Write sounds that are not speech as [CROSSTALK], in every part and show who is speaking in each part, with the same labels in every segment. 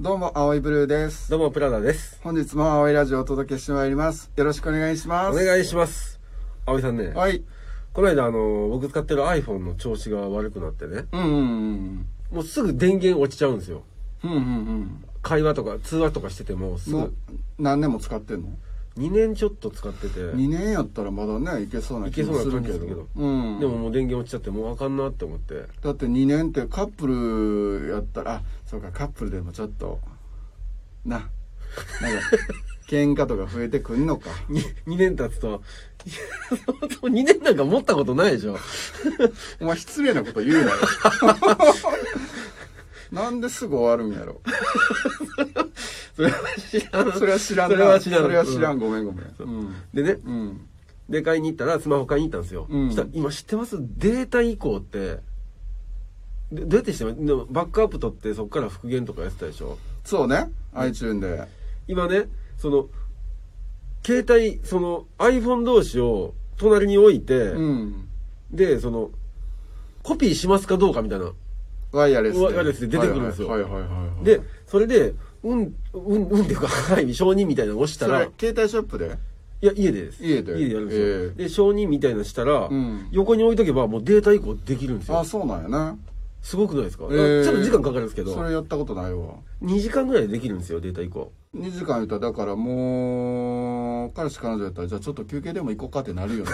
Speaker 1: どうも、青いブルーです。
Speaker 2: どうも、プラダです。
Speaker 1: 本日も青いラジオをお届けしてまいります。よろしくお願いしま
Speaker 2: お
Speaker 1: す。
Speaker 2: 願いします。葵さんね、
Speaker 1: はい。
Speaker 2: この間、あの、僕使ってる iPhone の調子が悪くなってね、
Speaker 1: うんうん
Speaker 2: もうすぐ電源落ちちゃうんですよ。
Speaker 1: うん。うんうん
Speaker 2: 会話とか通話とかしてても、
Speaker 1: う
Speaker 2: す
Speaker 1: ん。の
Speaker 2: ぐ、
Speaker 1: 何年も使ってんの
Speaker 2: 2年ちょっと使ってて、
Speaker 1: ?2 年やったらまだね、いけそうな気
Speaker 2: いけ
Speaker 1: も
Speaker 2: そう
Speaker 1: す
Speaker 2: な
Speaker 1: るけ
Speaker 2: 感じ
Speaker 1: ど。
Speaker 2: するけど
Speaker 1: うん。
Speaker 2: でももう電源落ちちゃって、もうあかんなって思って。
Speaker 1: だって2年ってカップルやったら、あ、そうか、カップルでもちょっと、
Speaker 2: [LAUGHS]
Speaker 1: な、なんか、喧嘩とか増えてくんのか。
Speaker 2: 2, 年経つと、2年なんか持ったことないでしょ。
Speaker 1: お前失礼なこと言う
Speaker 2: [LAUGHS]
Speaker 1: なよ。なんですぐ終わるんやろ。
Speaker 2: それは知らん。
Speaker 1: [LAUGHS] それは知らん
Speaker 2: そ
Speaker 1: な
Speaker 2: れは知らん。
Speaker 1: それは知ら。
Speaker 2: うん
Speaker 1: ごめんごめん。うん
Speaker 2: でね、
Speaker 1: うん。
Speaker 2: で、買いに行ったら、スマホ買いに行ったんですよ。
Speaker 1: うん
Speaker 2: したら今知ってますデータ移行って、でどうやってしてますでもバックアップ取って、そこから復元とかやってたでしょ
Speaker 1: そうね。iTune で。
Speaker 2: 今ね、その、携帯、その iPhone 同士を隣に置いて、
Speaker 1: うん。
Speaker 2: で、その、コピーしますかどうかみたいな。
Speaker 1: ワイヤレスで。
Speaker 2: ワイヤレスで出てくるんですよ
Speaker 1: はいはいはいはいはい。
Speaker 2: で、、それで、うん、うん、うんっていうか、 [LAUGHS] はい、承認みたいなの押した
Speaker 1: そ
Speaker 2: ら、
Speaker 1: れ
Speaker 2: い、
Speaker 1: 携帯ショップで
Speaker 2: や、家でです。
Speaker 1: 家で
Speaker 2: 家でやるんですよ。
Speaker 1: え
Speaker 2: で、承認みたいなのしたら、
Speaker 1: うん
Speaker 2: 横に置いとけば、もうデータ移行できるんですよ
Speaker 1: あ、。そうなんやな。
Speaker 2: すごくないですか、
Speaker 1: えー
Speaker 2: ちょっと時間かかるんですけど
Speaker 1: そ、れやったことないわ。
Speaker 2: 2時間ぐらいでできるんですよ、データ移行。
Speaker 1: 2時間言ったら、だからもう、彼氏彼女やったら、じゃあちょっと休憩でも行こうかってなるよ
Speaker 2: [LAUGHS]
Speaker 1: ね。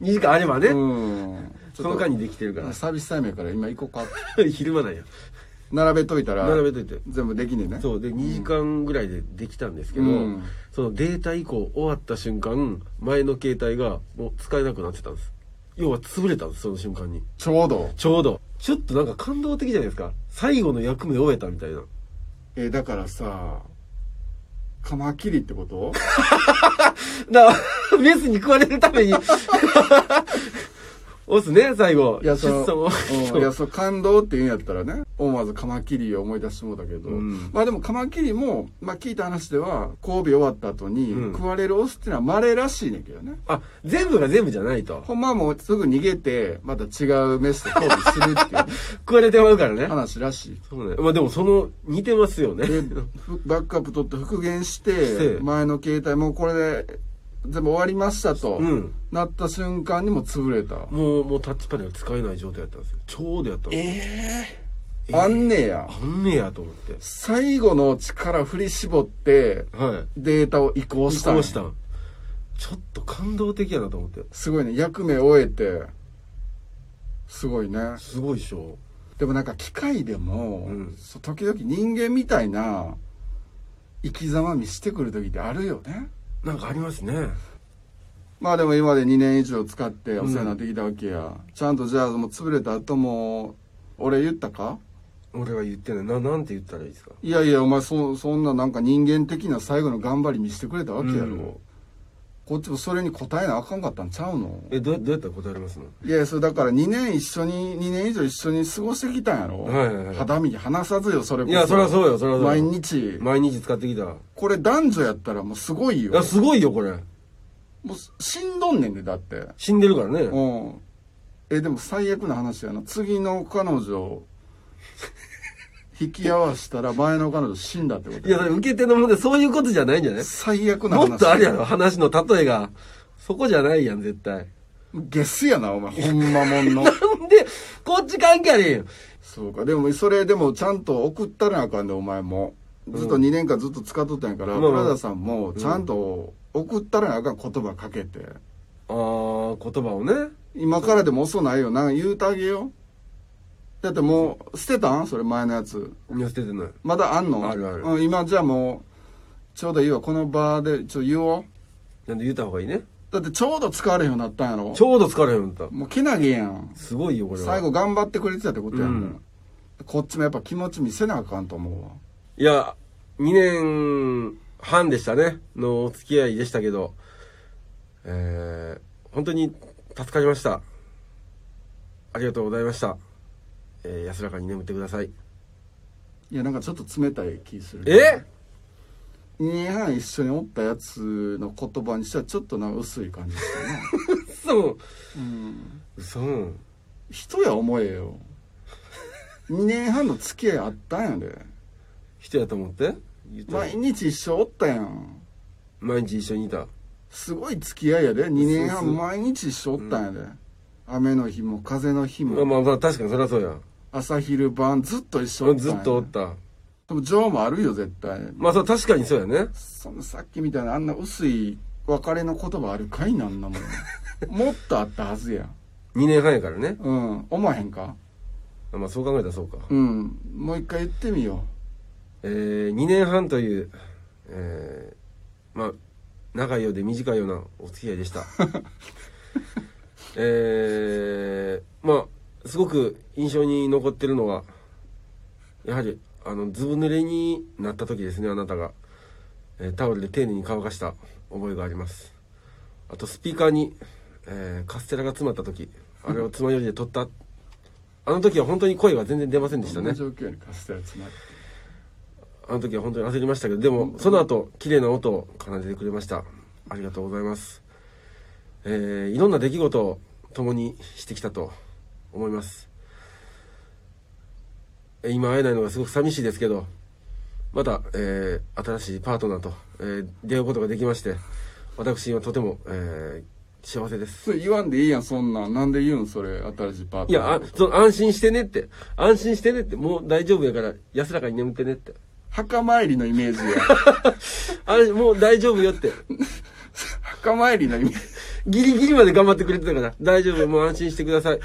Speaker 2: 2時間あればね、
Speaker 1: うん。
Speaker 2: その間にできてるから。
Speaker 1: サービスタイムやから今行こうかって。
Speaker 2: 昼間なんや。
Speaker 1: 並べといたら、
Speaker 2: 並べといて。
Speaker 1: 全部できねえね。
Speaker 2: そう、で、2時間ぐらいでできたんですけど、
Speaker 1: うん
Speaker 2: そのデータ移行終わった瞬間、前の携帯がもう使えなくなってたんです。要は潰れたんです、その瞬間に。
Speaker 1: ちょうど。
Speaker 2: ちょうど。ちょっとなんか感動的じゃないですか。最後の役目終えたみたいな。
Speaker 1: えー、だからさ、カマキリってこと
Speaker 2: な、 [LAUGHS] メスに食われるために。 [LAUGHS] 押すね、最後。
Speaker 1: いや、そ
Speaker 2: 出産
Speaker 1: の、
Speaker 2: を
Speaker 1: うんいや、その感動って言うんやったらね、思わずカマキリを思い出してもうだけど、
Speaker 2: うん
Speaker 1: まあでもカマキリも、まあ聞いた話では、交尾終わった後に、
Speaker 2: うん
Speaker 1: 食われるオスっていうのは稀らしいねんけどね。
Speaker 2: あ、全部が全部じゃないと。
Speaker 1: ほんまはもうすぐ逃げて、また違うメスと交尾するって [LAUGHS] いうね
Speaker 2: 食われてまうからね。
Speaker 1: 話らしい。
Speaker 2: そうね。まあでもその、似てますよね。
Speaker 1: で、ふバックアップ取って復元し
Speaker 2: せ
Speaker 1: て、
Speaker 2: え
Speaker 1: 前の携帯もうこれで全部終わりましたと、
Speaker 2: [LAUGHS] うん
Speaker 1: なった瞬間にもう潰れた。
Speaker 2: もう、もうタッチパネル使えない状態だったんですよ。ちょうどやったんですよ。え
Speaker 1: あんねや。
Speaker 2: あんねやと思って。
Speaker 1: 最後の力振り絞って、
Speaker 2: はい。
Speaker 1: データを移行したんや
Speaker 2: どうしたんちょっと感動的やなと思って。
Speaker 1: すごいね役目終えてすごいね
Speaker 2: すごいでしょ。
Speaker 1: でもなんか機械でも、
Speaker 2: うん
Speaker 1: そう時々人間みたいな生き様見してくる時ってあるよね
Speaker 2: なんかありますね。
Speaker 1: まあでも今まで2年以上使ってお世話になってきたわけや、ちゃんとじゃあもう潰れた後も俺言ったか
Speaker 2: 俺は言ってない。な、なんて言ったらいいですか
Speaker 1: いやいやお前そそんななんか人間的な最後の頑張り見してくれたわけやろ、
Speaker 2: うん
Speaker 1: こっちもそれに応えなあかんかったんちゃうの
Speaker 2: え、どうどうやったら答えられますの
Speaker 1: いや、それだから2年一緒に、2年以上一緒に過ごしてきたんやろ
Speaker 2: はいはいはい
Speaker 1: 肌身離さずよ、それこそ。
Speaker 2: いや、そりゃそうよ、そりゃそうよ。
Speaker 1: 毎。日。
Speaker 2: 毎日使ってきた。い
Speaker 1: これ男女やったらもうすごいよ。
Speaker 2: や、すごいよ、これ。
Speaker 1: もう死んどんねんで、だって。
Speaker 2: 死んでるからね。
Speaker 1: うん。え、でも最悪な話やな。次の彼
Speaker 2: [LAUGHS]
Speaker 1: 女、引き合わしたら前の彼女死んだってこと
Speaker 2: いや、それ受け手の問題、そういうことじゃないんじゃない
Speaker 1: 最悪な
Speaker 2: も
Speaker 1: 話。
Speaker 2: っとあるやろ、話の例えが。そこじゃないやん、絶対。 [LAUGHS]
Speaker 1: ゲスやな、お前。ほんまもんの。
Speaker 2: なんで、こっち関係あれへんよ。
Speaker 1: そうか。でも、それでもちゃんと送ったらなあかんで、お前も。ずっと2年間ずっと使っとったんやから、
Speaker 2: うん
Speaker 1: プラダさんもちゃんと送ったらなあかん言葉かけて。
Speaker 2: あー、言葉をね。
Speaker 1: 今からでも遅ないよな、言うてあげよう。だってもう、捨てたんそれ前のやつ。
Speaker 2: 見捨ててない。
Speaker 1: まだあんの
Speaker 2: あるある
Speaker 1: うん、今じゃあもう、ちょうどいいわ。この場で、ちょ、言おう。
Speaker 2: なんで言った方がいいね。
Speaker 1: だってちょうど使われへんようになったんやろ
Speaker 2: ち。ょうど疲れへんのだっ
Speaker 1: もう、けなげやん
Speaker 2: た。。すごいよ、これは。
Speaker 1: 最後頑張ってくれてたってことやん。
Speaker 2: うん
Speaker 1: こっちもやっぱ気持ち見せなあかんと思うわ。
Speaker 2: いや、2年半でしたね、のお付き合いでしたけど、えー、本当に助かりました。ありがとうございました。えー、安らかに眠ってください。
Speaker 1: いや、なんかちょっと冷たい気する。
Speaker 2: え
Speaker 1: 2年半一緒におったやつの言葉にしてはちょっとなんか薄い感じしたね
Speaker 2: 嘘
Speaker 1: うん
Speaker 2: 嘘
Speaker 1: 人や思えよ2年半の付き合いあったんやで
Speaker 2: 人やと思って言ったら
Speaker 1: 毎日一緒おったやん
Speaker 2: 毎日一緒にいた
Speaker 1: すごい付き合いやで2年
Speaker 2: そう
Speaker 1: 半
Speaker 2: そう
Speaker 1: 毎日一緒おったんやで、雨の日も風の日
Speaker 2: ま
Speaker 1: も
Speaker 2: あまあまあ確かにそりゃそうや
Speaker 1: 朝昼晩ずっと一緒お
Speaker 2: 俺
Speaker 1: ったん
Speaker 2: ず
Speaker 1: や
Speaker 2: っとおった
Speaker 1: でも情もあるよ絶対
Speaker 2: まあそう確かにそうやね
Speaker 1: そのさっきみたいなあんな薄い別れの言葉あるかいなんなもんもっとあったはずや
Speaker 2: 2年半やからね
Speaker 1: うん思わへんか
Speaker 2: まあそう考えたらそうか
Speaker 1: うんもう一回言ってみよ
Speaker 2: えー、2年半というえー、まあ長いようで短いようなお付き合いでしたえー、まあすごく印象に残ってるのはやはりあのずぶ濡れになった時ですねあなたが、えータオルで丁寧に乾かした覚えがありますあとスピーカーに、えーカステラが詰まった時あれをつまようじで取ったあの時は本当に声が全然出ません
Speaker 1: う
Speaker 2: でした
Speaker 1: こんな
Speaker 2: ね
Speaker 1: 状況にカステラ詰まって
Speaker 2: あの時は本当に焦りましたけど、でも、その後、綺麗な音を奏でてくれました。ありがとうございます。えー、いろんな出来事を共にしてきたと思います。えー今会えないのがすごく寂しいですけど、また、えー新しいパートナーと、えー出会うことができまして、私はとても、えー幸せです。
Speaker 1: それ言わんでいいやんそんなんなんで言うんそれ新しいパート
Speaker 2: いや、あその安心してねって、安心してねって、もう大丈夫やから安らかに眠ってねって。 [LAUGHS]
Speaker 1: 墓参りのイメージや
Speaker 2: あれ、もう大丈夫よって。
Speaker 1: 墓参りのイメージ
Speaker 2: ギリギリまで頑張ってくれてたから、大丈夫、もう安心してください。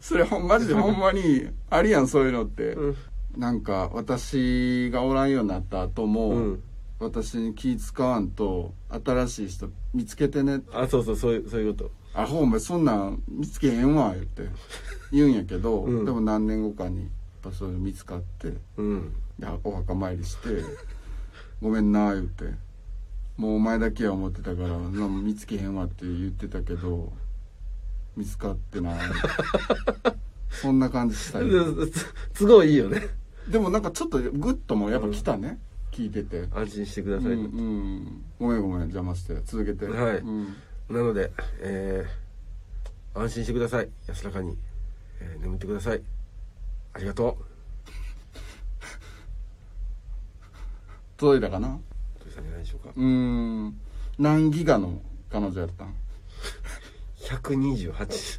Speaker 1: それほんマジでほんまにありやんそういうのって、
Speaker 2: うん。
Speaker 1: なんか私がおらんようになった後も、
Speaker 2: うん
Speaker 1: 私に気使わんと新しい人見つけてね
Speaker 2: あ、そうそう、そういう、そういうこ
Speaker 1: アホお前そんなん見つけへんわ言って言うんやけど、
Speaker 2: うん
Speaker 1: でも何年後かにやっぱそういうの見つかって
Speaker 2: と。うん。
Speaker 1: でお墓参りして [LAUGHS] 「ごめんな」言って「もうお前だけや思ってたからなんも見つけへんわ」って言ってたけど見つかって
Speaker 2: [LAUGHS]
Speaker 1: ないそんな感じしたい
Speaker 2: すごいいいよね。
Speaker 1: でもなんかちょっとグッともやっぱ来たね、聞いてて
Speaker 2: 安心して
Speaker 1: う
Speaker 2: くだ
Speaker 1: ん、
Speaker 2: さ
Speaker 1: う
Speaker 2: い。
Speaker 1: ん、ごめんごめん邪魔して続けて
Speaker 2: はい
Speaker 1: うん
Speaker 2: なので、えー、安心してください。安らかに、えー眠ってください。ありがと
Speaker 1: 届いたかな
Speaker 2: う。どうしたんじゃないでしょうか。
Speaker 1: うーん何ギガの彼女やったん
Speaker 2: 128。